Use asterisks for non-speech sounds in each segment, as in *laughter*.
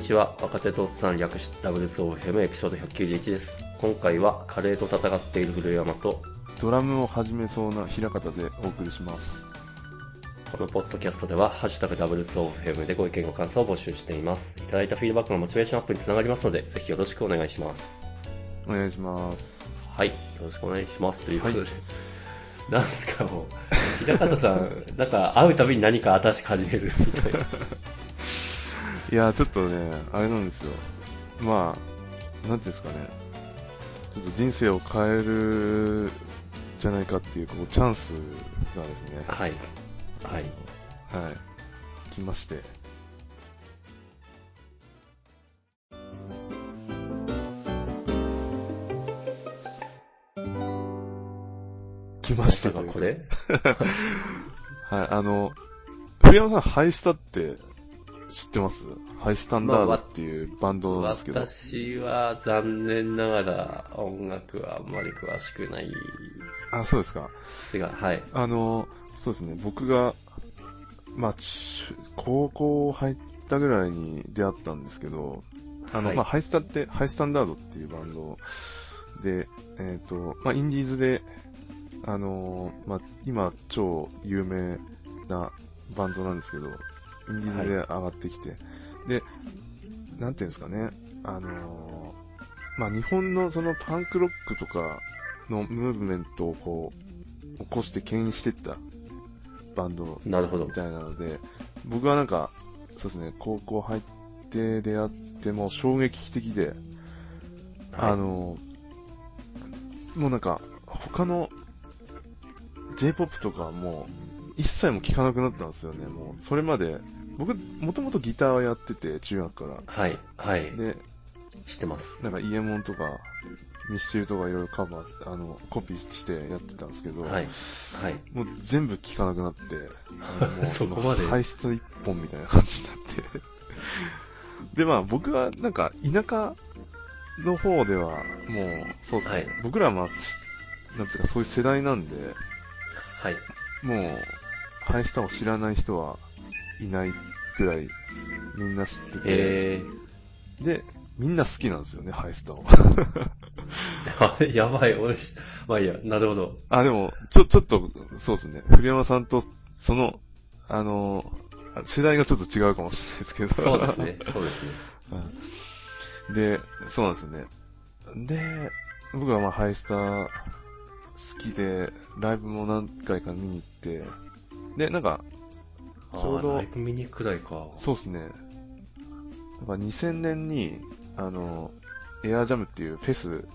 ちは若手とおっさん略して WSOFM エピソード191です今回はカレーと戦っている古山とドラムを始めそうな平方でお送りします。このポッドキャストでは「ハッシュタグ #WSOFM」でご意見ご感想を募集していますいただいたフィードバックのモチベーションアップにつながりますのでぜひよろしくお願いしますお願いします。はいよろしくお願いしますということで、なんすかもう平方さんなんか会うたびに何か新しく始めるみたいないや、ちょっとね、あれなんですよ。まあ、なんていうんですかね。ちょっと人生を変えるじゃないかっていう、こう、チャンスがですね、はいはいはい、来まして。来ましたとがいうこかれはい、あの、古山さん、ハイスタって知ってますハイスタンダードっていうバンドなんですけど。私は残念ながら音楽はあんまり詳しくないであ、そうですか。すが、はい。あの、そうですね、僕が、まあ、中高校入ったぐらいに出会ったんですけど、あの、はいまあ、ハイスタって、ハイスタンダードっていうバンドで、えっ、と、まあ、インディーズで、あのーまあ、今、超有名なバンドなんですけど、インディーズで上がってきて、で、なんていうんですかね、あのーまあ、日本のそのパンクロックとかのムーブメントをこう、起こして牽引してったバンドなるほどみ。たいなので、僕はなんか、そうですね、高校入って出会っても衝撃的で、あはい、の、もうなんか、他の J-POP とかはもう、一切も聞かなくなったんですよね、もう。それまで、僕、もともとギターはやってて、中学かはい、はいら。、で、してます。なんか、イエモンとか、ミスチルとかいろいろカバー、あの、コピーしてやってたんですけど、はい、はい。もう全部聞かなくな *laughs* って、あのもうそこまでの排出一本みたいな感じになって。 *laughs* で、まあ僕はなんか田舎の方ではもう、そうですね、はい僕らはまあ、なんつうかそういう世代なんで、はい。もう、ハイスタを知らない人はいないくらいみんな知ってて、えで、みんな好きなんですよね、ハイスタを。 *laughs* ー、あれ、 *laughs* やばい、俺し、まあいいや、なるほど。あ、でも、ちょ、ちょっと、そうですね。古山さんと、その、あの、世代がちょっと違うかもしれないですけど。そうです *laughs* ね、そうですね。うん。で、そうなんですよね。で、僕はまあ、ハイスター好きで、ライブも何回か見に行って、で、なんか、あーちょうどライブ見に行くくらいか。そうですね。なんか2000年に、あの、エアージャムっていうフェス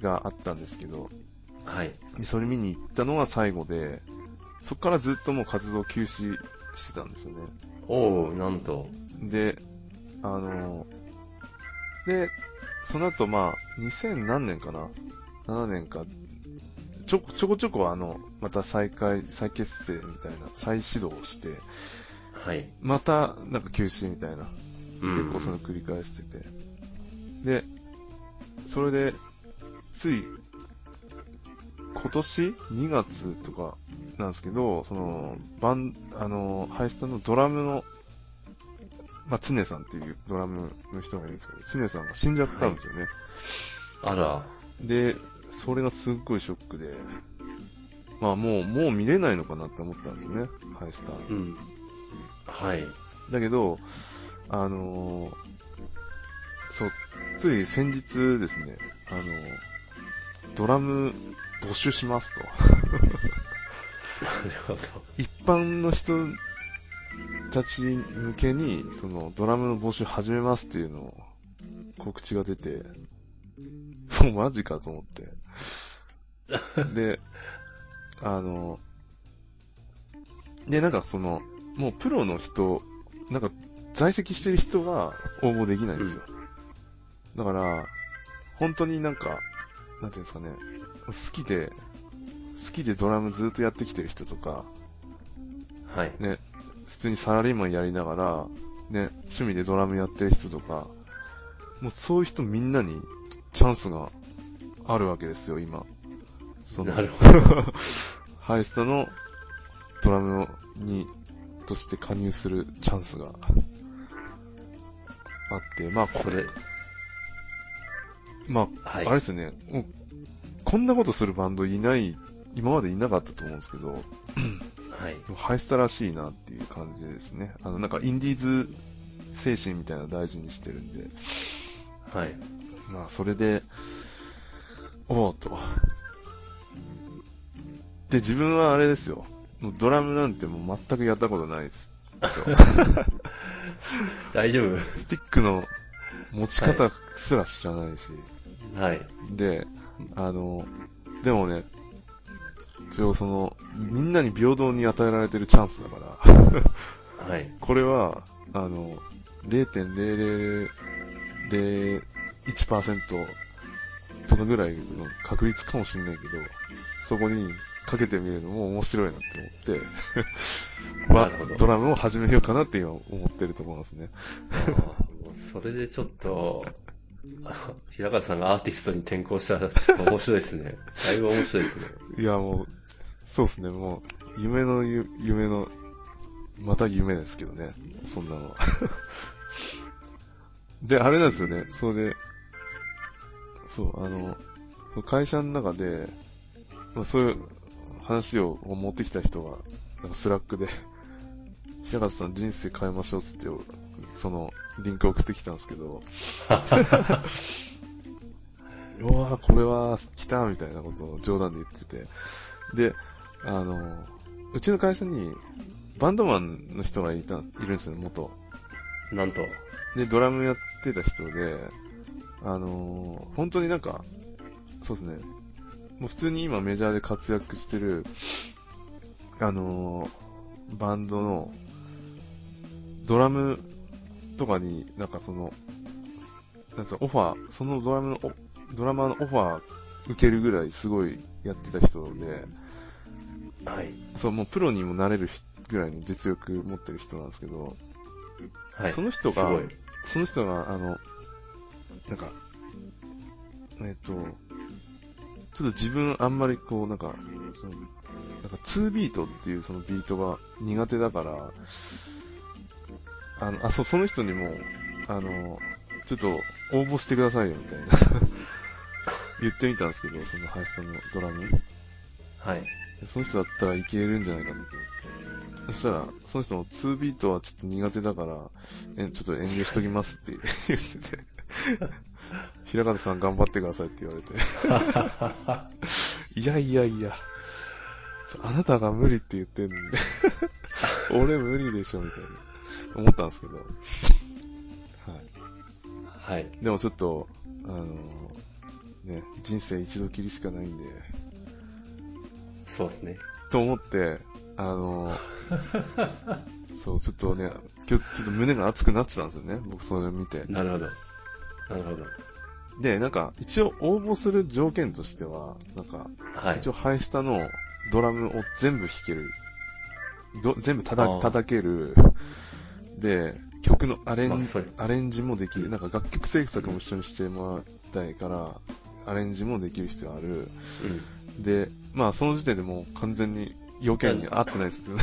があったんですけど、はい。で、それ見に行ったのが最後で、そっからずっともう活動休止してたんですよね。おう、なんと。で、あの、で、その後まあ、2000何年かな ?7 年か。ちょ、ちょこちょこあの、また再開、再結成みたいな、再始動をして、はい。またなんか休止みたいなうん。結構その繰り返してて。で、それで、つい、今年2月とかなんですけど、その、バン、あの、ハイスタのドラムの、まあ、常さんっていうドラムの人がいるんですけど、常さんが死んじゃったんですよね。あら、で、それがすっごいショックで、まあもう、もう見れないのかなって思ったんですよね、ハイスター。うん。はい。 *laughs* だけど、あのーそう、つい先日ですね、あのードラム募集しますと。なるほど。一般の人たち向けに、その、ドラムの募集始めますっていうのを、告知が出て、もうマジかと思って。で、あの、で、なんかその、もうプロの人、なんか在籍してる人が応募できないんですよ。だから、本当になんか、なんていうんですかね、好きで、好きでドラムずっとやってきてる人とか、はい。ね、普通にサラリーマンやりながら、ね、趣味でドラムやってる人とか、もうそういう人みんなにチャンスがあるわけですよ、今。そのなる *laughs* ハイスタのドラムに、として加入するチャンスがあって、まあ、こそれ、まあ、はいあれですよね、もう、こんなことするバンドいない、今までいなかったと思うんですけど、はい。ハイスタらしいなっていう感じですね。あの、なんかインディーズ精神みたいなの大事にしてるんで、はい。まあ、それで、おおと。で、自分はあれですよ。もうドラムなんてもう全くやったことないです。大丈夫スティックの持ち方すら知らないし。はい。で、あの、でもね、一応その、みんなに平等に与えられてるチャンスだから、はい。これは、あの、0.0001%とかぐらいの確率かもしんないけど、そこにかけてみるのも面白いなって思って、なまるほど *laughs* ドラムを始めようかなって今思ってるところなんですね。あーもうそれでちょっと、あ平川さんがアーティストに転向したらちょっと面白い *laughs* ですね。だいぶ面白いですね。いやもう、そうですね、もう、夢のゆ夢の、また夢ですけどね、そんなのは。 *laughs* で、あれなんですよね、それで、そう、あの、その会社の中で、まあ、そういう話を持ってきた人が、なんかスラックで、 *laughs* 平方さん人生変えましょうっつって、その、リンク送ってきたんですけど、うわーこれは来たみたいなことを冗談で言ってて。で、あの、うちの会社にバンドマンの人がいた、いるんですよ、元。なんと、で、ドラムやってた人で、あの、本当になんか、そうですね、もう普通に今メジャーで活躍してる、あの、バンドの、ドラムとかになんかその、なんかオファー、そのドラムのお、ドラマーのオファー受けるぐらいすごいやってた人で、はい。そう、もうプロにもなれるひぐらいの実力持ってる人なんですけど、はい。その人すがごい。その人が、あの、なんか、えっと、ちょっと自分あんまりこう、なんか、その、なんか2ビートっていうそのビートが苦手だから、あの、あ、そう、その人にも、あの、ちょっと応募してくださいよみたいな、 *laughs* 言ってみたんですけど、その林さんのドラム。はい。その人だったらいけるんじゃないかなと思って。そしたら、その人も2ビートはちょっと苦手だから、えちょっと遠慮しときますって言ってて。 *laughs* 平方さん頑張ってくださいって言 *laughs* われて。いやいやいや。そうあなたが無理って言ってんのに。 *laughs* 俺無理でしょみたいな。思ったんですけど。はい。はい。でもちょっと、あのね、人生一度きりしかないんで、そうですね。と思って、あ *laughs* の、そう、ちょっとね、今日ちょっと胸が熱くなってたんですよね、僕それを見て。なるほど。なるほど。で、なんか、一応応募する条件としては、なんか、はい一。応ハイスタのドラムを全部弾ける。ど全部あ叩ー叩ける。で、曲のアレンジまあそれアレンジもできる。なんか楽曲制作も一緒にしてもらいたいから、アレンジもできる必要ある。うんで、まあその時点でもう完全に要件に合ってないですけど、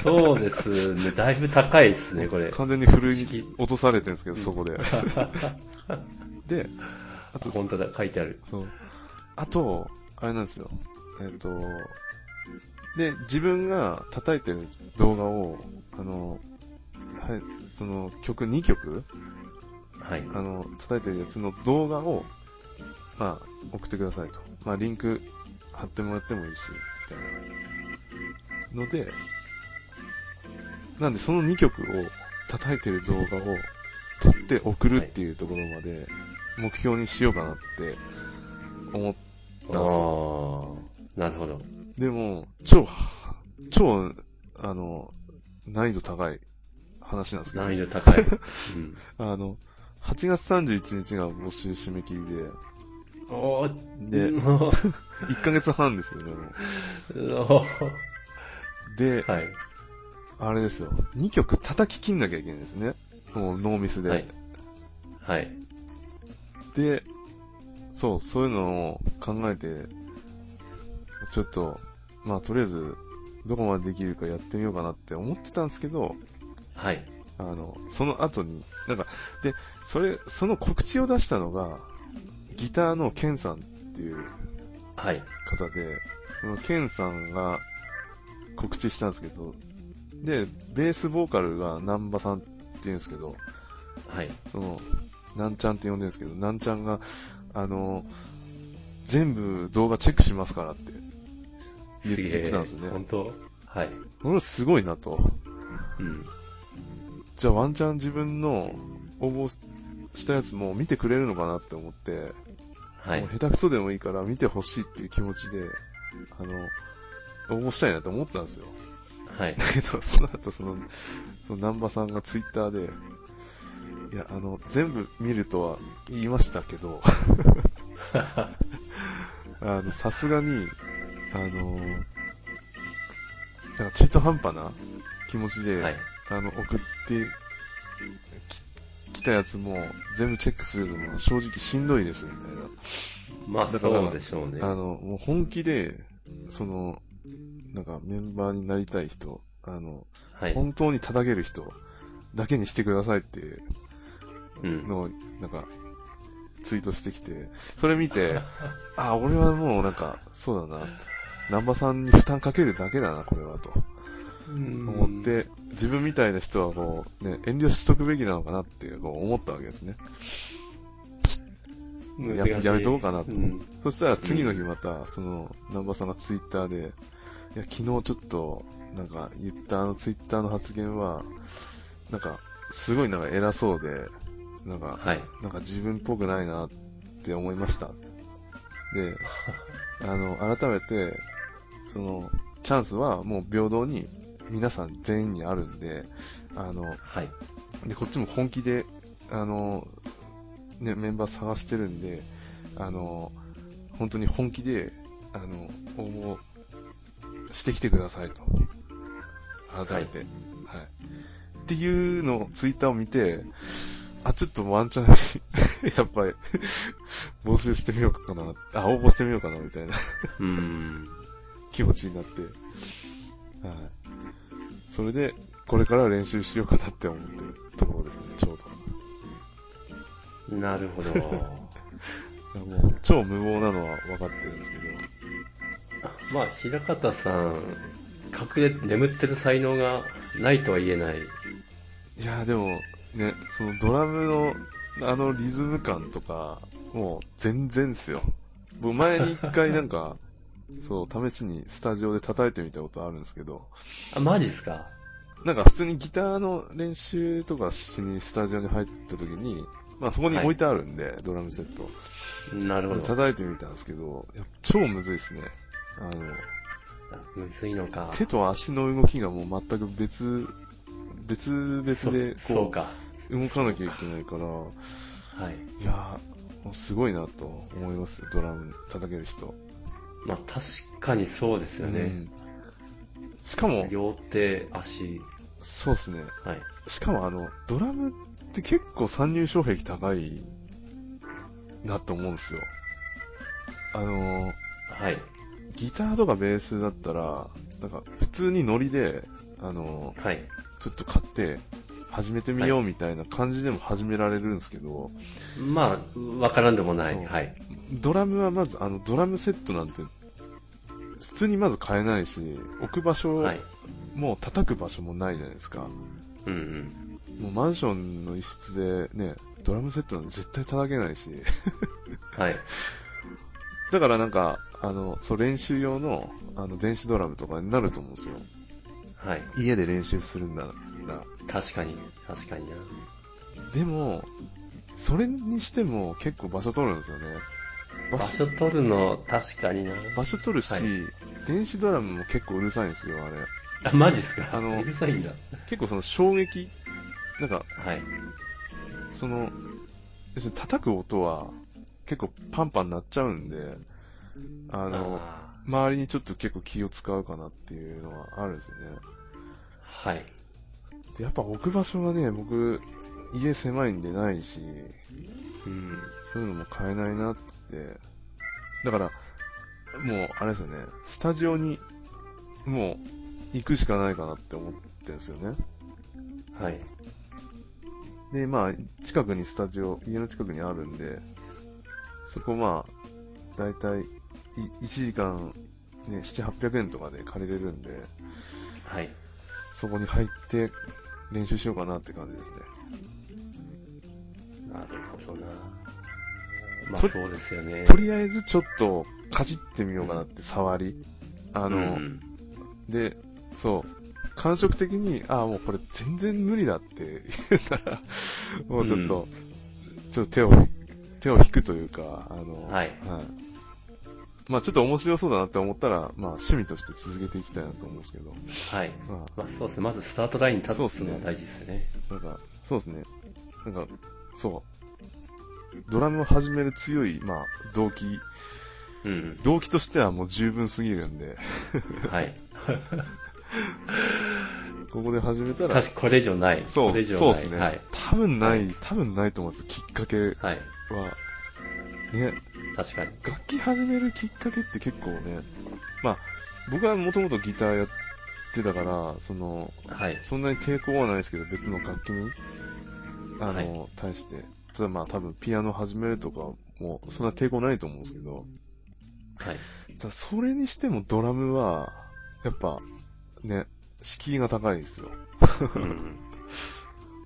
そうですね。だいぶ高いですね、こ *laughs* れ。完全に振るいに落とされてるんですけど、そこで。で、あと、本当だ、書いてある。そう。あと、あれなんですよ。えっ、と、で、自分が叩いてる動画を、あの、はい、その曲2曲、はい。あの、叩いてるやつの動画を、まあ、送ってくださいと。まあ、リンク貼ってもらってもいいし、みたいな。ので、なんでその2曲を、叩いてる動画を撮って送るっていうところまで目標にしようかなって思っああー、なるほど。でも、超、超、あの、難易度高い話なんですけど、難易度高い。 *laughs* うんあの、8月31日が募集締め切りで、おー *laughs* でもう1ヶ月半ですよね、もうおーで、はい。あれですよ、2曲叩き切んなきゃいけないんですね。もうノーミスで。はいはい。で、そう、そういうのを考えて、ちょっと、まあとりあえず、どこまでできるかやってみようかなって思ってたんですけど、はい。あの、その後に、なんか、で、それ、その告知を出したのが、ギターのケンさんっていうはい。方で、そのケンさんが告知したんですけど、で、ベースボーカルが南波さんって言うんですけど、はい。その、なんちゃんって呼んでるんですけど、なんちゃんが、あの、全部動画チェックしますからって言すげってえ。言ってたんですよね。本当はい。これすごいなと。うん。じゃあワンチャン自分の応募したやつも見てくれるのかなって思って、はいもう。下手くそでもいいから見てほしいっていう気持ちで、あの、応募したいなと思ったんですよ。はい。だけど、その後その、その南波さんがツイッターで、いや、あの、全部見るとは言いましたけど、 *laughs* あの、さすがに、あの、なんか中途半端な気持ち *laughs* で、はい。あの、送ってき、来たやつも全部チェックするのも正直しんどいです、みたいな。まあ、だからそうでしょうね。あの、もう本気で、その、なんかメンバーになりたい人、あの、はい。本当に叩ける人だけにしてくださいっていううん。のを、なんか、ツイートしてきて、それ見て、あ、俺はもうなんか、そうだな、南波さんに負担かけるだけだな、これは、と思っ。て、自分みたいな人はこう、ね、遠慮しとくべきなのかなっていうこう思ったわけですね。ややめとこうかなとうん。そしたら次の日また、その、南波さんがツイッターで、いや、昨日ちょっと、なんか、言ったあのツイッターの発言は、なんか、すごいなんか偉そうで、なんか、はい。なんか自分っぽくないなって思いました。で、あの、改めて、その、チャンスはもう平等に皆さん全員にあるんで、あの、はい。で、こっちも本気で、あの、ね、メンバー探してるんで、あの、本当に本気で、あの、応募してきてくださいと。改めて。はい。っていうのをツイッターを見て、あ、ちょっとワンチャン、 *laughs* やっぱり、募集してみようかな。あ、応募してみようかな、みたいな *laughs* うん。気持ちになって。はい。それで、これから練習しようかなって思ってるところですね、ちょうど。なるほど。 *laughs* もう超無謀なのは分かってるんですけど。まあ、平方さん、隠れ、眠ってる才能がないとは言えない。いやーでも、ね、そのドラムのあのリズム感とか、もう全然っすよ。僕前に一回な *laughs* んか、そう、試しにスタジオで叩いてみたことあるんですけど、あ、マジっすかなんか普通にギターの練習とかしにスタジオに入った時に、まあそこに置いてあるんで、ドラムセット。なるほど。叩いてみたんですけど、いや超むずいっすね。あの、むずいのか。手と足の動きがもう全く別、別々で、そそこうか。う、動かなきゃいけないから、はい。いやー、もうすごいなと思いますよ、ドラム叩ける人。まあ、確かにそうですよね。うんしかも、両手、足。そうですね。はい。しかもあの、ドラムって結構参入障壁高いなと思うんですよ。あのー、はい。ギターとかベースだったら、なんか普通にノリで、あのー、はい。ちょっと買って、始めてみようみたいな感じでも始められるんですけど、まあ、わからんでもなそうい。はい。ドラムはまず、あの、ドラムセットなんて、普通にまず買えないし、置く場所、はい。もう叩く場所もないじゃないですか。うんうん。もうマンションの一室でね、ドラムセットなんて絶対叩けないし。 *laughs* はい。だからなんか、あの、そう練習用の、あの、電子ドラムとかになると思うんですよ。はい。家で練習するんだら。確かに。確かにな。でも、それにしても結構場所取るんですよね。場場所所取るの、確かにな。場所取るし、はい電子ドラムも結構うるさいんですよ、あれ。あ、マジっすかあのうるさいんだ。結構その衝撃、なんか、はい。その、要するに叩く音は結構パンパン鳴っちゃうんで、あの、あ周りにちょっと結構気を使うかなっていうのはあるんですよね。ーはい。で、やっぱ置く場所がね、僕、家狭いんでないし、うん。そういうのも買えないなって言って、だから、もう、あれですよね、スタジオに、もう、行くしかないかなって思ってるんですよね。はい。で、まあ、近くにスタジオ、家の近くにあるんで、そこまあ、だいたい、い1時間、ね、7、800円とかで借りれるんで、はい。そこに入って練習しようかなって感じですね。なるほどな。まあとそうですよね。とりあえずちょっと、かじってみようかなって、触り。ああの、で、そう、感触的に、ああ、もうこれ全然無理だって *laughs* 言ったら、もうちょっと、ちょっと手を、手を引くというか、あの、はいまあちょっと面白そうだなって思ったら、まあ趣味として続けていきたいなと思うんですけど、はい。ままあそうですね。まずスタートラインに立つっていうのは大事ですよね。あ、なんか、そうですね。なんか、そう。ドラムを始める強い、まあ、動機、うん動機としてはもう十分すぎるんで、うん。はい。ここで始めたら、確かにこれ以上ない。そこれう、以上そうでないすね。はい。多分ない、多分ないと思うんですよきっかけはい。は、ね、確かに。楽器始めるきっかけって結構ね、まあ、僕はもともとギターやってたから、その、はい。そんなに抵抗はないですけど、別の楽器に、あの、対して、ただまあ多分ピアノ始めるとかも、そんな抵抗ないと思うんですけど、 *laughs* はい。ただそれにしてもドラムは、やっぱ、ね、敷居が高いですよ。うん。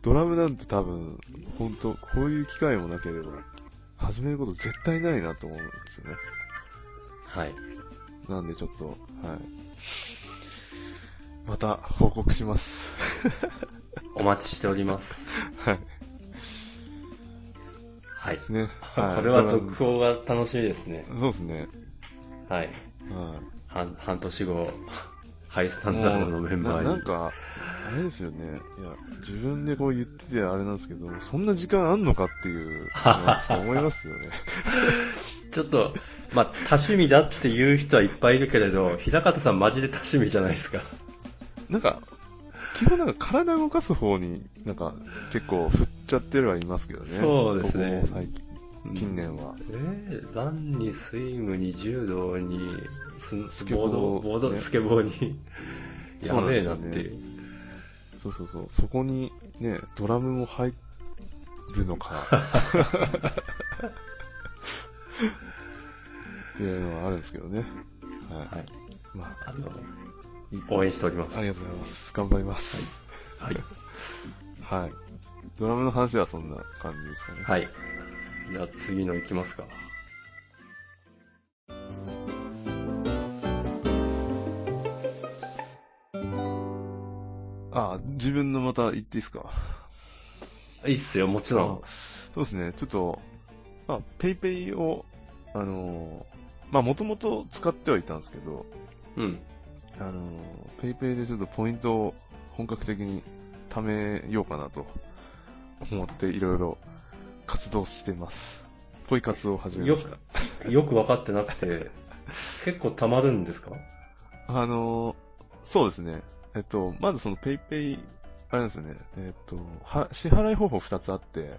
ドラムなんて多分、本当こういう機会もなければ、始めること絶対ないなと思うんですよね。はい。なんでちょっと、はい。また報告します。 *laughs* お待ちしております。はい。はいで。すね。い。これは続報が楽しみですね。そうですね。はい。は半半年後、ハイスい。タンダードのメンもバーうに。ななんか、あれですよね。いや、自分でこう言っててあれなんですけど、そんな時間あんのかっていう、はちょっと思いま *laughs* すよね。ちょっと、まあ、多趣味だっていう人はいっぱいいるけれど、平方さんマジで多趣味じゃないですか。なんか、基本なんか体を動かす方に、なんか結構振っちゃってるはいますけどね。そうですねここ最近、近年は。えー、ランにスイムに柔道に、ススケボボード、ーボード、ねスケボーに、そやうなんべでえすなよっねていう。そうそうそう。そこにね、ドラムも入るのか。っていうのはあるんですけどね。はい。はい。まあ、あの、応援しております。ありがとうございます。頑張ります。はい。はい。ドラムの話はそんな感じですかね。はい。じゃあ次の行きますか。あ、自分のまた言っていいですかいいっすよ、もちろん。そうですね、ちょっと、まあ、ペイペイを、あのーまあ、もともと使ってはいたんですけど、うん。あのーペイペイでちょっとポイントを本格的に貯めようかなと思っていろいろ活動してます。ポイ活を始めました。よく分かってなくて、結構溜まるんですかあのーそうですね。えっと、まずそのペイペイ、あれなんですよね。えっと、は、支払い方法2つあって、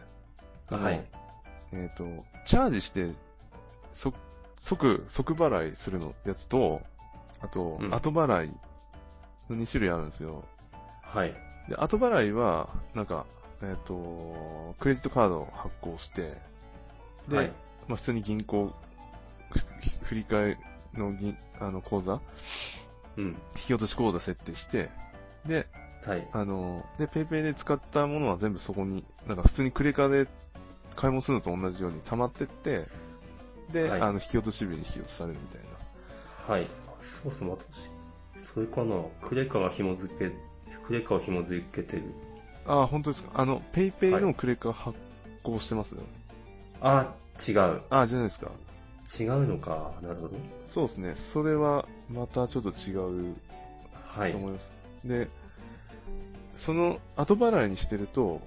そのはい。えっ、と、チャージして、そ、即、即払いするのやつと、あと、うん後払いの2種類あるんですよ。はい。で、後払いは、なんか、えっ、と、クレジットカードを発行して、で、はい。まあ普通に銀行、 *laughs* ふ振り替えの銀、あの、口座、うん。引き落とし口座設定して、で、はい。あの、で、ペイペイで使ったものは全部そこに、なんか普通にクレカで買い物するのと同じように溜まってって、で、はいあの、引き落とし日に引き落とされるみたいな。はい。そうそう、私、それかな。クレカが紐付け、クレカを紐付けてる。ああ、本当ですか。あの、ペイペイはのクレカ発行してます、あ、違う。ああ、じゃないですか。違うのか。なるほど。そうですね。それは、またちょっと違うはいと。思います。で、その後払いにしてると、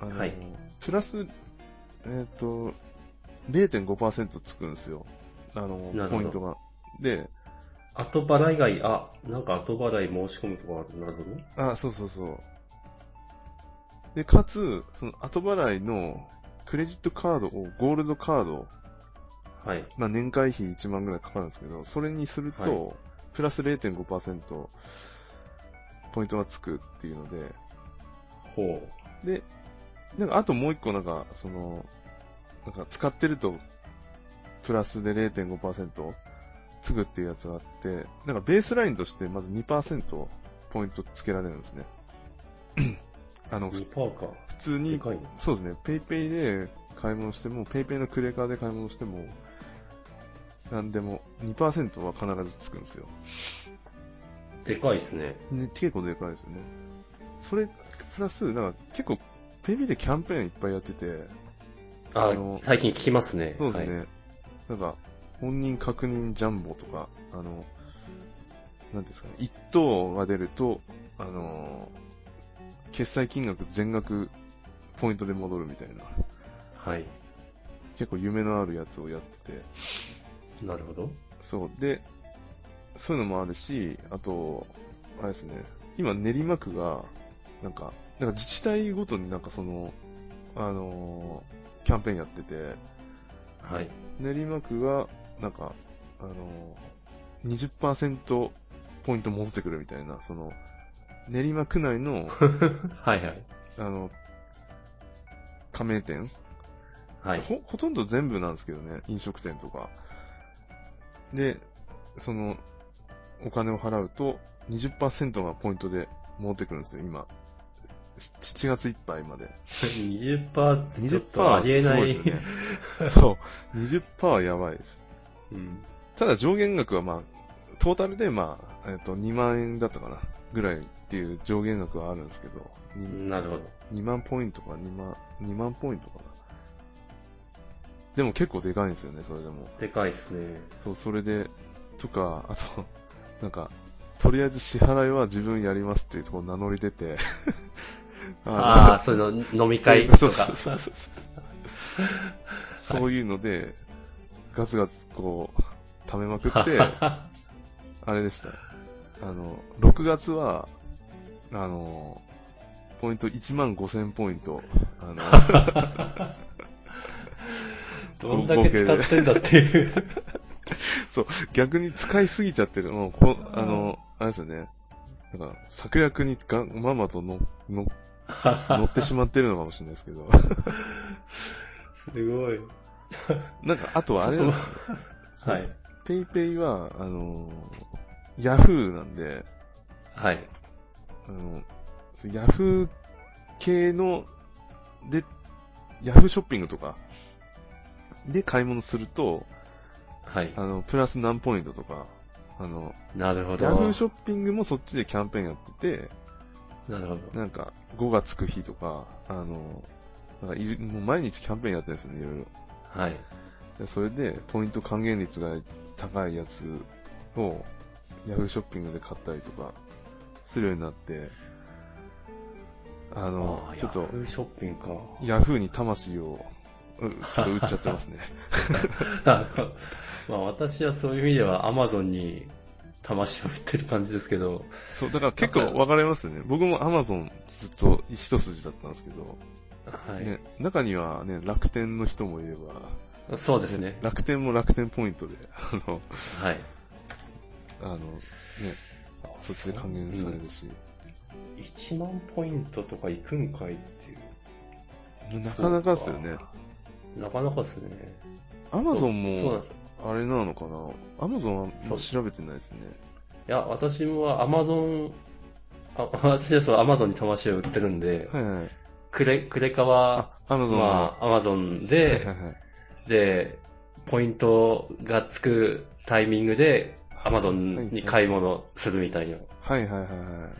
あの、はいプラス、えっ、と、0.5%つくんですよ。あのなるほど、ポイントが。で、後払い以外、あ、なんか後払い申し込むとかある。なるほど。あ、そうそうそう。で、かつ、その後払いのクレジットカードを、ゴールドカード、はい。まあ年会費1万ぐらいかかるんですけど、それにすると、はプラス0.5%ポイントがつくっていうので、ほう。で、なんか、あともう一個なんか、その、なんか使ってると、プラスで0.5%つぐっていうやつがあって、なんかベースラインとしてまず2%ポイントつけられるんですね。あの、普2%か。通にでかいね。そうですね、ペイペイで買い物しても、ペイペイのクレカで買い物しても、なんでも2%は必ずつくんですよ。でかいですね。で結構でかいですよね。それ、プラス、なんか結構、ペイペイでキャンペーンいっぱいやってて、ああの最近聞きますね。そうですね、はい。なんか、本人確認ジャンボとか、あの、なんていうんですかね、1等が出ると、あの、決済金額全額ポイントで戻るみたいな、はい。結構夢のあるやつをやってて、なるほど。そう。で、そういうのもあるし、あと、あれですね、今練馬区が、なんか、なんか自治体ごとになんかその、あのーキャンペーンやってて、はい。練馬区が、なんか、あのー20%ポイント戻ってくるみたいな、その、練馬区内の、はいはい。あの、加盟店はい。 *laughs* ほ、ほとんど全部なんですけどね、飲食店とか。で、その、お金を払うと、20%がポイントで戻ってくるんですよ、今。し7月いっぱいまで。 20%、ちょっ20%とあはりえすなごいい。ですよね。そう。20%はやばいです。 *laughs* うん。ただ上限額はまあ、トータルでまあ、えっ、と、2万円だったかな、ぐらいっていう上限額はあるんですけど、になるほど。 2万ポイントか、2万、2万ポイントかな。でも結構でかいんですよね、それでも。でかいですね。そう、それで、とか、あと、なんか、とりあえず支払いは自分やりますっていうところ名乗り出て、 *laughs* ああー、その飲み会 *laughs* そとうそかう。そうそうそう。そういうので、ガツガツこう、溜めまくって、はあれでした。あの、6月は、あの、ポイント1万5000ポイント。あの、 *laughs* どんだけ使ってんだっていう。 *laughs* 逆に使いすぎちゃってる。もうこあの、あれですよね。なんか、策略にがまんまとの *laughs* の乗ってしまってるのかもしれないですけど。すごい。なんか、あとはあれなんですよそ *laughs* うはい。ペイペイは、あの、ヤフーなんで、はい。あの、ヤフー系の、で、ヤフーショッピングとか、で買い物すると、はい。あの、プラス何ポイントとか、あの、なるほど。ヤフーショッピングもそっちでキャンペーンやってて、なるほど。なんか、5がつく日とか、あの、なんかいるもう毎日キャンペーンやってるんですよね、いろいろはい。で。それで、ポイント還元率が高いやつを、ヤフーショッピングで買ったりとか、するようになって、あのあ、ーちょっとヤ、フーショッピングヤフーに魂を、うちょっと打っちゃっ *laughs* てますね。か。なるほどまあ私はそういう意味では Amazon に魂を振ってる感じですけど、そう、だから結構分かれますね。僕も Amazon ずっと一筋だったんですけど、はい。ね、中にはね、楽天の人もいれば、そうですね。楽天も楽天ポイントで、あはの、い。あの、ね、 *laughs* そっちで還元されるし、うん1万ポイントとかいくんかいっていう。なかなかですよね。なかなかですね。アマゾそンうなんもで、す。あれなのかなアマゾンはそうまあ調べてないですね。いや、私は Amazon、あ私はそう Amazon に魂を売ってるんで、はいはい。クレ、クレカは、アマゾンはまあ、Amazon いはいでは、い。で、ポイントがつくタイミングで、アマゾンに買い物するみたいな、はいはいはいは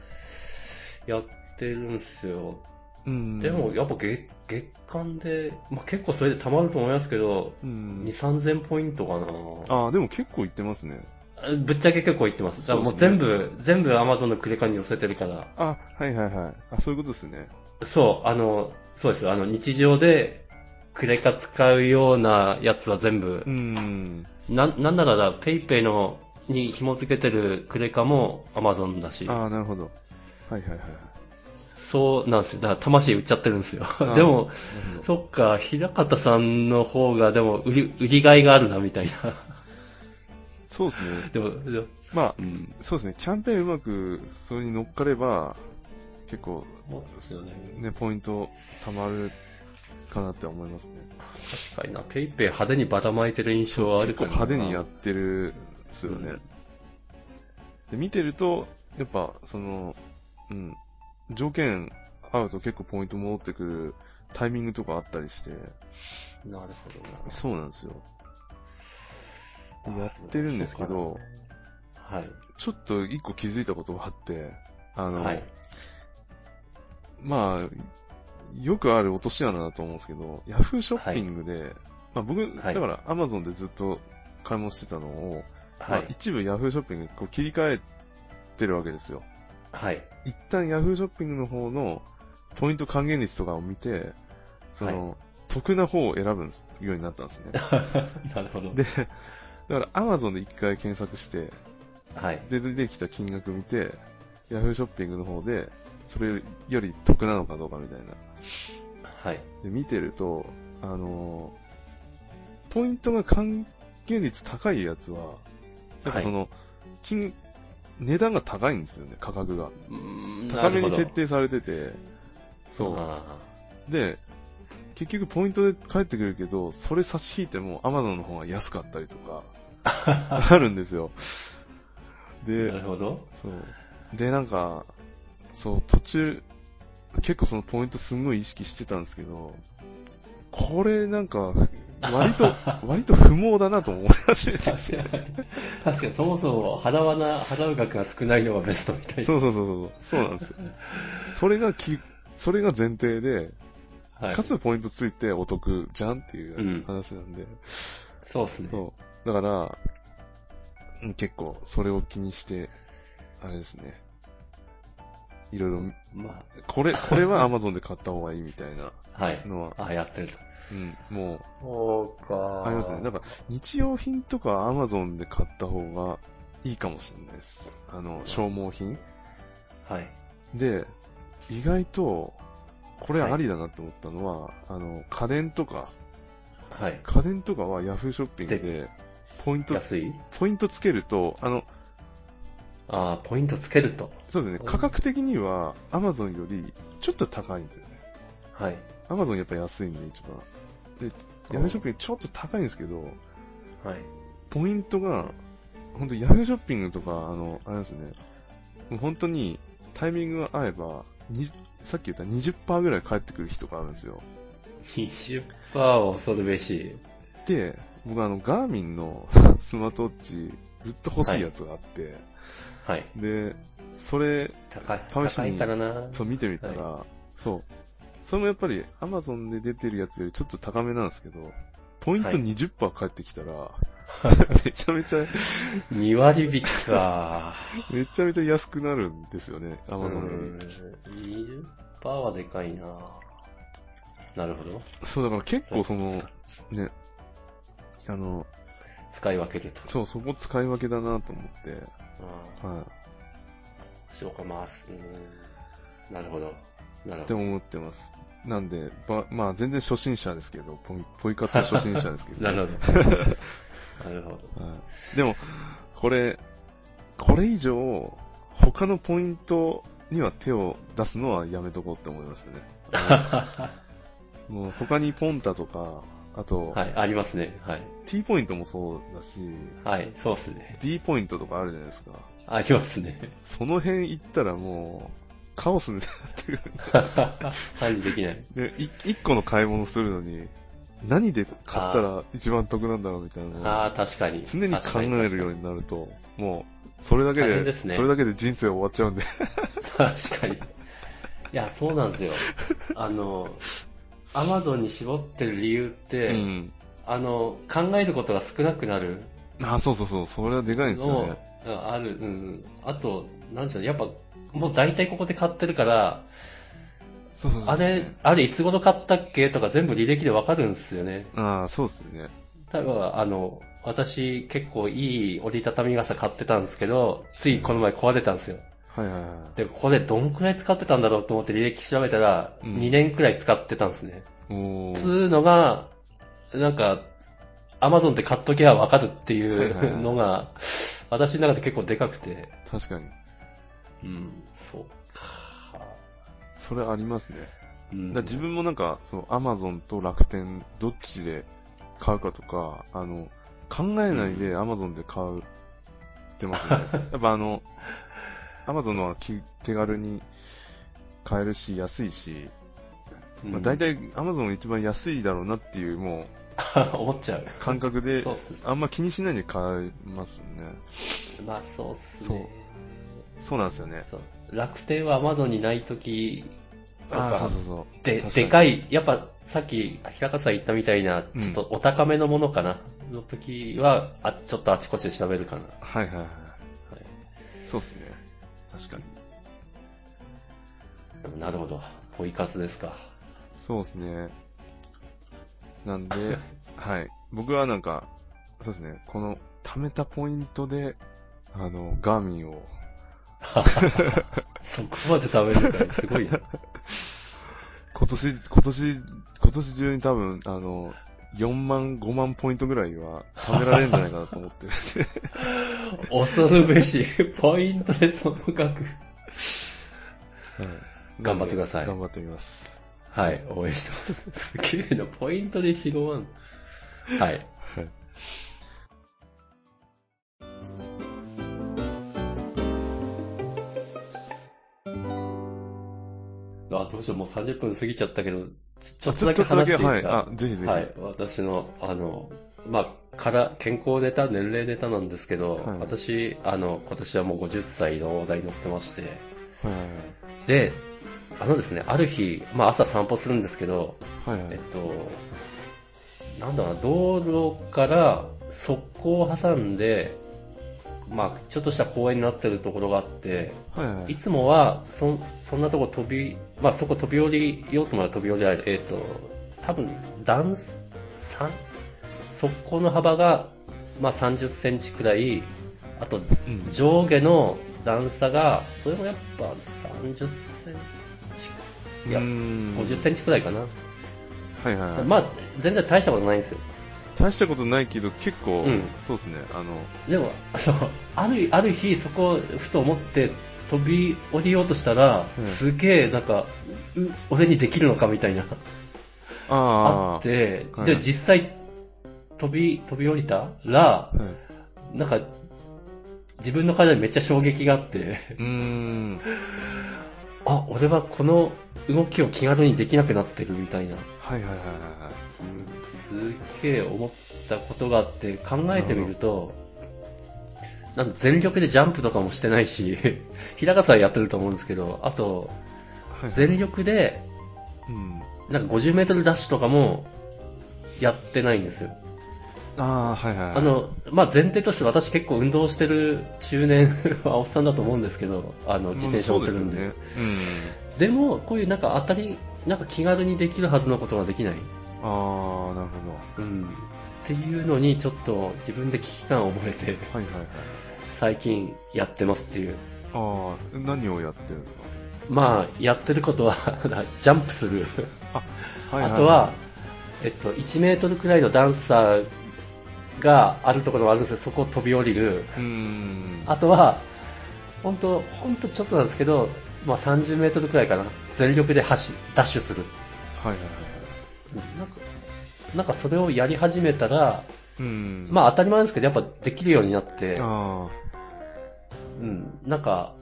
やってるんですよ。い。うん。でも、やっぱ月月間で、まあ、結構それで溜まると思いますけど、う2、ん。 3000ポイントかああ、でも結構いってますね。な。ぶっちゃけ結構いってます。だからもうそう全です部、全部アマゾンのクレカに寄せてるから。あ、はいはいはい。あ、そういうことですね。そう、あの、そうです。あの、日常でクレカ使うようなやつは全部う、ん。な、なんならだ、ペイペイの、に紐付けてるクレカも Amazon だし、ああ、なるほど。はいはいはいはい。そうなんですよ。だから魂売っちゃってるんですよあ。でも、なるほど。そっか、平方さんの方が、でも売り、売りがいがあるな、みたいな。そうですね。 *laughs* でも、でもまあう、ん。そうですね。キャンペーンうまく、それに乗っかれば、結構、そうですよね。ね、ポイント貯まるかなって思いますね。確かにな。ペイペイ派手にばらまいてる印象はある結構からな。派手にやってるんですよね。うんで、見てると、やっぱ、その、うん、条件合うと結構ポイント戻ってくるタイミングとかあったりして、なるほどな。そうなんですよ。でやってるんですけど、はい。ちょっと一個気づいたことがあって、あの、はい。まあ、よくある落とし穴だと思うんですけど、ヤフーショッピングで、まあ僕、はいだからアマゾンでずっと買い物してたのを、はまあい。一部ヤフーショッピングにこう切り替えてるわけですよ。はい。一旦ヤフーショッピングの方のポイント還元率とかを見て、その、得な方を選ぶんですようになった *laughs* んですね。だかなるほど。でらアマゾンで一回検索して、はい。で、出てきた金額見て、ヤフーショッピングの方で、それより得なのかどうかみたいな。はい。で、見てると、あのーポイントが還元率高いやつは、やっぱその、金、値段が高いんですよね、価格が。うーん高めに設。なる定されてて、ほそどう。あで、結局ポイントで返ってくるけど、それ差し引いても Amazon の方が安かったりと *laughs* か、あるんですよ。ーでな、るほど。そう。で、なんか、そう、途中、結構そのポイントすんごい意識してたんですけど、これなんか、割 *laughs* と、割と不毛だなと思い始めてき確て。かに。 *laughs* 確かに、そもそも払わな、払う額が少ないのがベストみたいな。そうそうそうそう。そうなんですよ。それがき、それが前提で、はい。かつポイントついてお得じゃんっていううん話なんで。そうですね。そう。だから、うん結構それを気にして、あれですね。いろいろ、まこれ、これは Amazon で買った方がいいみたいなあ、はい。のは、 *laughs* あ、やってると。うん、もそうう、かありますね。なんか、日用品とかは Amazon で買った方がいいかもしれないです。あの、消耗品。はい。で、意外と、これありだなって思ったのは、あの、家電とか、はい。家電とかは Yahoo ショッピングで、ポイント、安いポイントつけると、あの、ああ、ポイントつけると。そうですね。価格的には、アマゾンより、ちょっと高いんですよね。はい。アマゾンやっぱ安いんで、一番。で、ヤフーショッピングちょっと高いんですけど、はい。ポイントが、本当ヤフーショッピングとか、あの、あれですね。もう本当に、タイミングが合えば、にさっき言った20%ぐらい返ってくる日とかあるんですよ。 20%を恐るべし。で、僕あの、ガーミンの *laughs* スマートウォッチ、ずっと欲しいやつがあって、はい。で、それ、高い。試し高にいからな。そう見てみたら、そう。それもやっぱり Amazon で出てるやつよりちょっと高めなんですけど、ポイントはい20%返ってき *laughs* たら、めちゃめちゃ、 2割引き *laughs* か。めちゃめちゃ安くなるんですよね、う Amazon より。ーん。20%はでかいな。なるほど。そう、だから結構その使、ね、あの、使い分けると。そう、そこ使い分けだなと思って、うん。はそうか、まあ、すうん。なるほど。なるい、っほてど。思ってます。なんで、ば、まあ全然初心者ですけど、ポイポイ活初心者ですけど、な *laughs* るほ *laughs* ど。なるほど。はいでも、これ、これ以上、他のポイントには手を出すのはやめとこうって思いましたね。 *laughs* もう他にポンタとか、あと、はい、ありますね。はい。 T ポイントもそうだし、はい、そうっすね。 D ポイントとかあるじゃないですか。あります *laughs* ね。その辺行ったらもう、カオスになってくる。管理できない。で、い一個の買い物するのに、何で買ったら一番得なんだろうみたいなのをああ、確かに。常に考えるようになると、もう、それだけ大で変ですねそれだけで人生終わっちゃうんで。確かに。いや、そうなん *laughs* ですよ。あの、アマゾンに絞ってる理由って、うん。あの、考えることが少なくなるあ、そうそうそう、それはでかいんですのよをね。うんある、うん。あと、なんでしょうね、やっぱ、もう大体ここで買ってるから、そうそうそう。あれ、あれいつ頃買ったっけとか全部履歴でわかるんですよね。ああ、そうですね。例えば、あの、私結構いい折りたたみ傘買ってたんですけど、ついこの前壊れたんですよ。はいはいはで、これどんくらい使ってたんだろうと思って履歴調べたら、うん2年くらい使ってたんですね。い。おつー。うのが、なんか、アマゾンで買っときゃわかるっていはいはいはういのが、私の中で結構でかくて、確かに。うん、そうか。それありますね。うんだから自分もなんか、そのアマゾンと楽天、どっちで買うかとか、あの、考えないでアマゾンで買うってます *laughs* ね。やっぱあの、アマゾンのはき手軽に買えるし、安いし、まあ、大、体アマゾン一番安いだろうなっていう、うもん *laughs* 思っちゃう。う感覚でそう、っすあんま気にしないで買いますね。まあそうっすね。そうなんですよね。そう楽天は Amazon にないとき、あなんあ、かそうそうそう。で、確かにでかい、やっぱさっき、平川さん言ったみたいな、ちょっとお高めのものかな、の時は、あ、ちょっとあちこちで調べるかな。はいはいははい。いそうですね。確かに。なるほど。ポイ活ですか。そうですね。なん *laughs* で、はい。僕はなんか、そうですね。この、貯めたポイントで、あの、ガーミンを、そこまで食べるから、すごいな。今年、今年、今年中に多分、あの、4万、5万ポイントぐらいは貯められるんじゃないかなと思ってるんで。恐るべし、ポイントでその額。はい頑張ってください頑張ってみます。はい、応援してます。すげえな、ポイントで4、5万。はい。はい。あ、どうしよう、もう30分過ぎちゃったけど、ちちょあっとだけ話していいですかはい。あ、ぜひぜひ。はい、私の、あの、まあ、から、健康ネタ、年齢ネタなんですけど、はい私、あの、今年はもう50歳の大台に乗ってまして、はいはいで、あのですね、ある日、まあ、朝散歩するんですけど、はい。はいはえっい。と、なんだろうな、道路から側溝を挟んで、まあ、ちょっとした公園になってるところがあって、はいはいいつもはそん、そんなとこ飛び、まあそこ飛び降りようと思えば飛び降りられる。えっ、と、多分、段差、側溝の幅が、まあ30センチくらい、あと、うん上下の段差が、それもやっぱ30センチ、いや、50 50センチくらいかな。はいはいはい。まあ、全然大したことないんですよ。大したことないけど、結構、うんそうですね。あの、でも、そう、ある、ある日、そこ、ふと思って、飛び降りようとしたら、うんすげえ、なんか、う、俺にできるのかみたいな。あああ。って、はいで、実際、飛び、飛び降りたら、はい、なんか、自分の体にめっちゃ衝撃があって、うーん。あ、俺はこの動きを気軽にできなくなってるみたいな、はいはいはいはいはい。すっげえ思ったことがあって、考えてみると、なんか全力でジャンプとかもしてないし、 *laughs* 平川さんやってると思うんですけど、あと、はいはい、全力で、うん。なんか50メートルダッシュとかも、やってないんですよ。ああ、はいはいはい。あ、の、まあ、前提として私結構運動してる中年 *laughs* はおっさんだと思うんですけど、あの、自転車乗ってるんで。まあでそうすよね、も、こういうなんか当たり、なんか気軽にできるはずのことができない。うん。ああ、なるほど。はうん。っていうのにちょっと自分で危機感を覚えて、いはいはい。最近やってますっていう。ああ、何をやってるんですかまあ、やってることは、 *laughs* ジャンプする。はいはい、あとは、えっと、1メートルくらいの段差があるところがあるんですよ。そこを飛び降りる。うーん。あとは、本当本当ちょっとなんですけど、まあ、30メートルくらいかな。全力で走、ダッシュする。はいはいはいはい。なんか、なんかそれをやり始めたら、うん。まあ当たり前ですけど、やっぱできるようになって、あうん、なんか、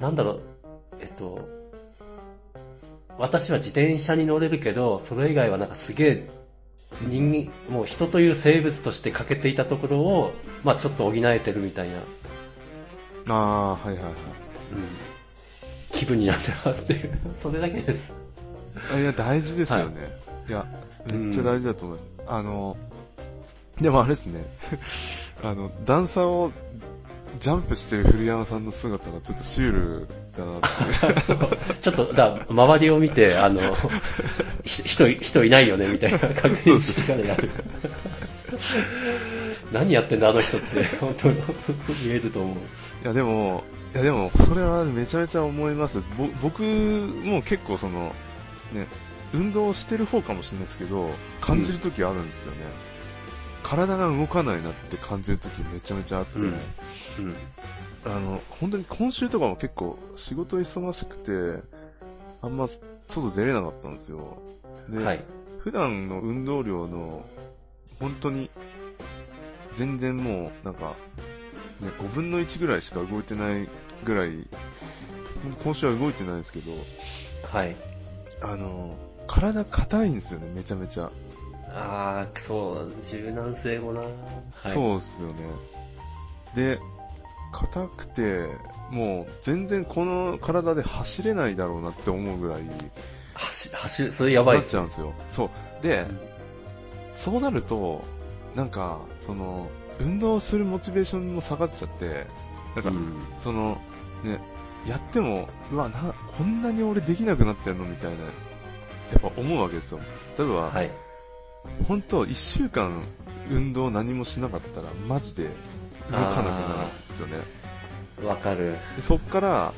なんだろう、えっと、私は自転車に乗れるけど、それ以外はなんかすげえ、人間、もう人という生物として欠けていたところを、まあちょっと補えてるみたいな、あ、ああー、はいはいはうい。ん、気分になってますっていう、 *laughs* それだけです。あいや、大事ですよね。い、や、めっちゃ大事だと思います。あの、でもあれですね、 *laughs* あの、段差をジャンプしてる古山さんの姿がちょっとシュールだな *laughs* って。ちょっと、だ周りを見て、あの、 *laughs* ひ人い、人いないよね、みたいな確認してからやる。何やってんだ、あの人って、本当に *laughs* 見えると思う。いや、でも、いや、でも、それはめちゃめちゃ思います。ぼ僕も結構その、ね、運動してる方かもしれないですけど、感じる時あるんですよね。体が動かないなって感じる時めちゃめちゃあって、うんうん。あの、本当に今週とかも結構仕事忙しくて、あんま外出れなかったんですよ。で、はい。普段の運動量の、本当に、全然もう、なんか、ね、5分の1ぐらいしか動いてないぐらい、ほんと今週は動いてないですけど、はい。あの、体硬いんですよね、めちゃめちゃ。ああ、そう、柔軟性もな。はい。そうですよね。で、硬くて、もう全然この体で走れないだろうなって思うぐらい、走、走る、それやばいなっっす。ちゃうんですよ。そう。で、そうなると、なんか、その、運動するモチベーションも下がっちゃって、なうんか、ん。その、ね、やっても、うわ、な、こんなに俺できなくなってんのみたいな、やっぱ思うわけですよ。例えば、はい。本当一週間運動何もしなかったらマジで動かなくなるんですよねわかる。でそっから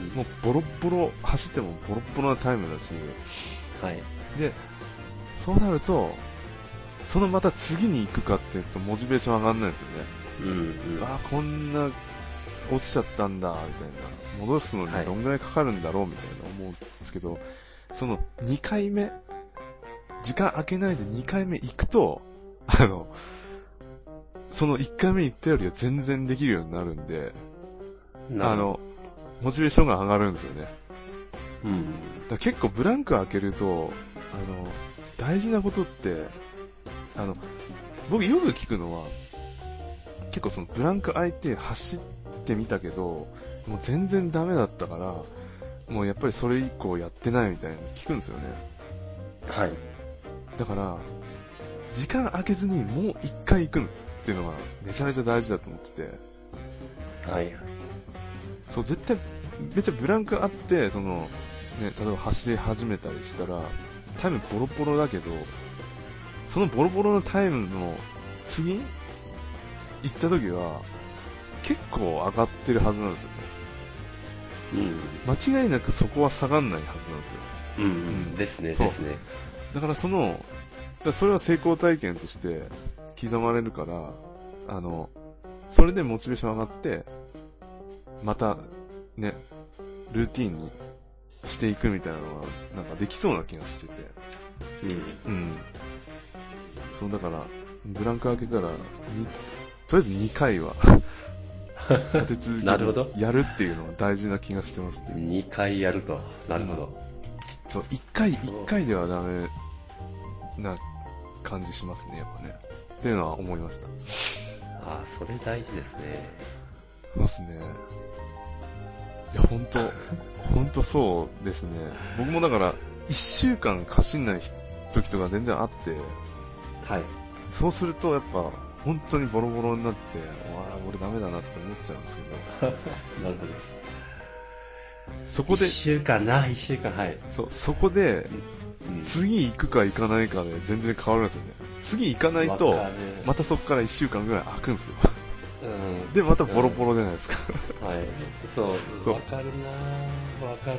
うんもうボロッボロ走ってもボロッボロなタイムだしはい。でそうなるとそのまた次に行くかっていうとモチベーション上がんないんですよねうん、うん。ああこんな落ちちゃったんだみたいな戻すのにどんぐらいかかるんだろうみたいな思うんですけど、その2回目時間空けないで2回目行くとあのその1回目行ったよりは全然できるようになるんでなるほど、あのモチベーションが上がるんですよねだかうん。ら結構ブランク空けるとあの大事なことってあの僕よく聞くのは結構そのブランク空いて走ってみたけど、もう全然ダメだったから、もうやっぱりそれ以降やってないみたいなの聞くんですよね。はい。だから、時間空けずにもう一回行くっていうのがめちゃめちゃ大事だと思ってて、はい。そう、絶対、めっちゃブランクあって、その、ね、例えば走り始めたりしたら、タイムボロボロだけど、そのボロボロのタイムの次行った時は、結構上がってるはずなんですよね。うん。間違いなくそこは下がんないはずなんですよ。うん、うん。ですね、そうですね。だからその、だからそれは成功体験として刻まれるから、あの、それでモチベーション上がって、また、ね、ルーティンにしていくみたいなのは、なんかできそうな気がしてて。うん。うん。そう、だから、ブランク開けたら、にとりあえず2 *laughs* 回は、立て続なるほけどにやるっていうのは大事な気がしてますね。 2回やると。なるほど。そう、一回、一そう回ではダメな感じしますね、やっぱね。っていうのは思いました。そああ、それ大事ですね。うですね。いや、*laughs* ほんと、ほんとそうですね。僕もだから、一週間かしんない時とか全然あって、はい。そうするとやっぱ、本当にボロボロになって、わあ、俺ダメだなって思っちゃうんですけど、なるほど。そここで1、週間な、1週間、はい。そう、そこで、うん次行くか行かないかで全然変わるんですよね。次行かないわとかる、またそこから一週間ぐらい空くんですよ。うんで、またボロボロじゃないですか。はい。そう、そうわかるなぁわかる。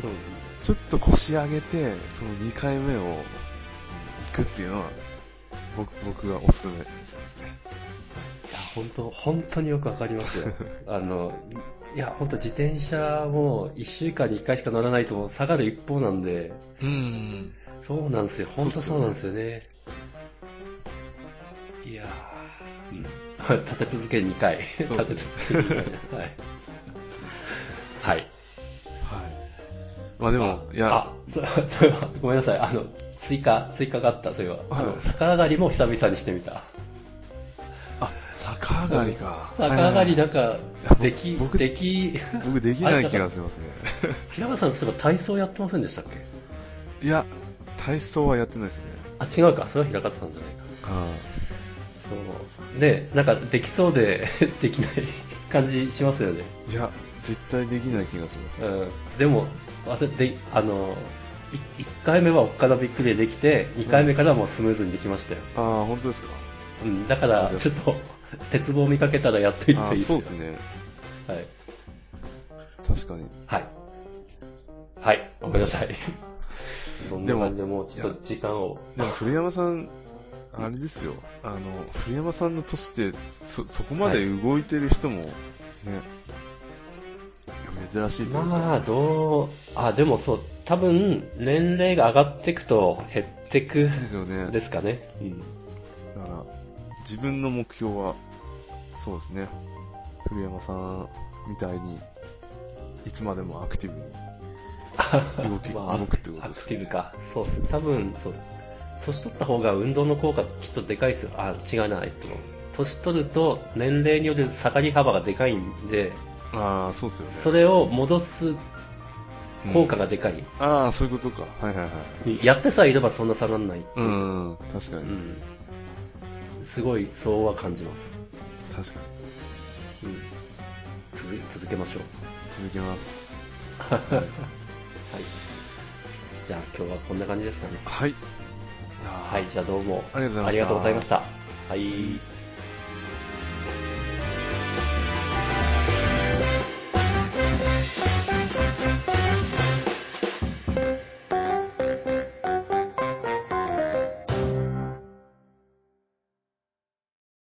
そう。 *laughs* ちょっと腰上げて、その2回目をうん行くっていうのは、僕、僕がおすすめしますね。いや、本当本当によくわかりますよ。 *laughs* あの、いや、本当自転車も1週間に1回しか乗らないと下がる一方なんで、うん。そうなんですよ。本当そそううっなんすですよね。いやー、 *laughs* うん。立て続け2回。 *laughs* 立そうてっ続すねけ2回。はい。 *laughs* はい。はい。まあでも、いや、あ、そ *laughs* それは、ごめんなさい。あの、追加、追加があった、それは。あはいの、逆上がりも久々にしてみた。あ、逆上がりか。逆上がりだ。なんかや、でき、僕でき、 *laughs* 僕できない気がし *laughs* ますね。 *laughs* 平川さん、そういえば体操やってませんでしたっけいや、体操はやってないですね。あ、違うか、それは平川さんじゃないか。そう。ねなんかできそうで、 *laughs* できない感じしますよね。いや、絶対できない気がします。うん。でも、あでであの、1回目はおっかなびっくりでできて、2回目からはもうスムーズにできましたよ。ああ、本当ですか。うん、だから、ちょっと、鉄棒見かけたらやっといあていいーですそうよ。ですね。はい。確かに。はい。はい、ごめんなさい。 *laughs* そんな感じでもうちょっと時間を。でも古山さん、あれですよ、あの、古山さんの年って、そ、そこまで動いてる人も、ね、いや珍しいというか。まあ、どう、あ、でもそう、多分、年齢が上がっていくと減ってくですよね。ですかね。うん。だから、自分の目標は、そうですね。古山さんみたいに、いつまでもアクティブに動き、 *laughs* まあ動くってことアでクすテね。ィブか。そうっす。多分、そう。年取った方が運動の効果きっとでかいっすよ。あ、違うな、えっと。年取ると年齢による下がり幅がでかいんで、ああ、そうですそよね。れを戻す効果が。がでかい。ああ、そういうことか。はいはいはい。やってさえいればそんな下がんない。うん、確かうに、ん。すごい、そうは感じます。確かに。うん。続続けましょう。続けます。はい。じゃあ今日はこんな感じですかね。はい。あーはい、じゃあどうも。ありがとうございあましたりがとうございました。はい。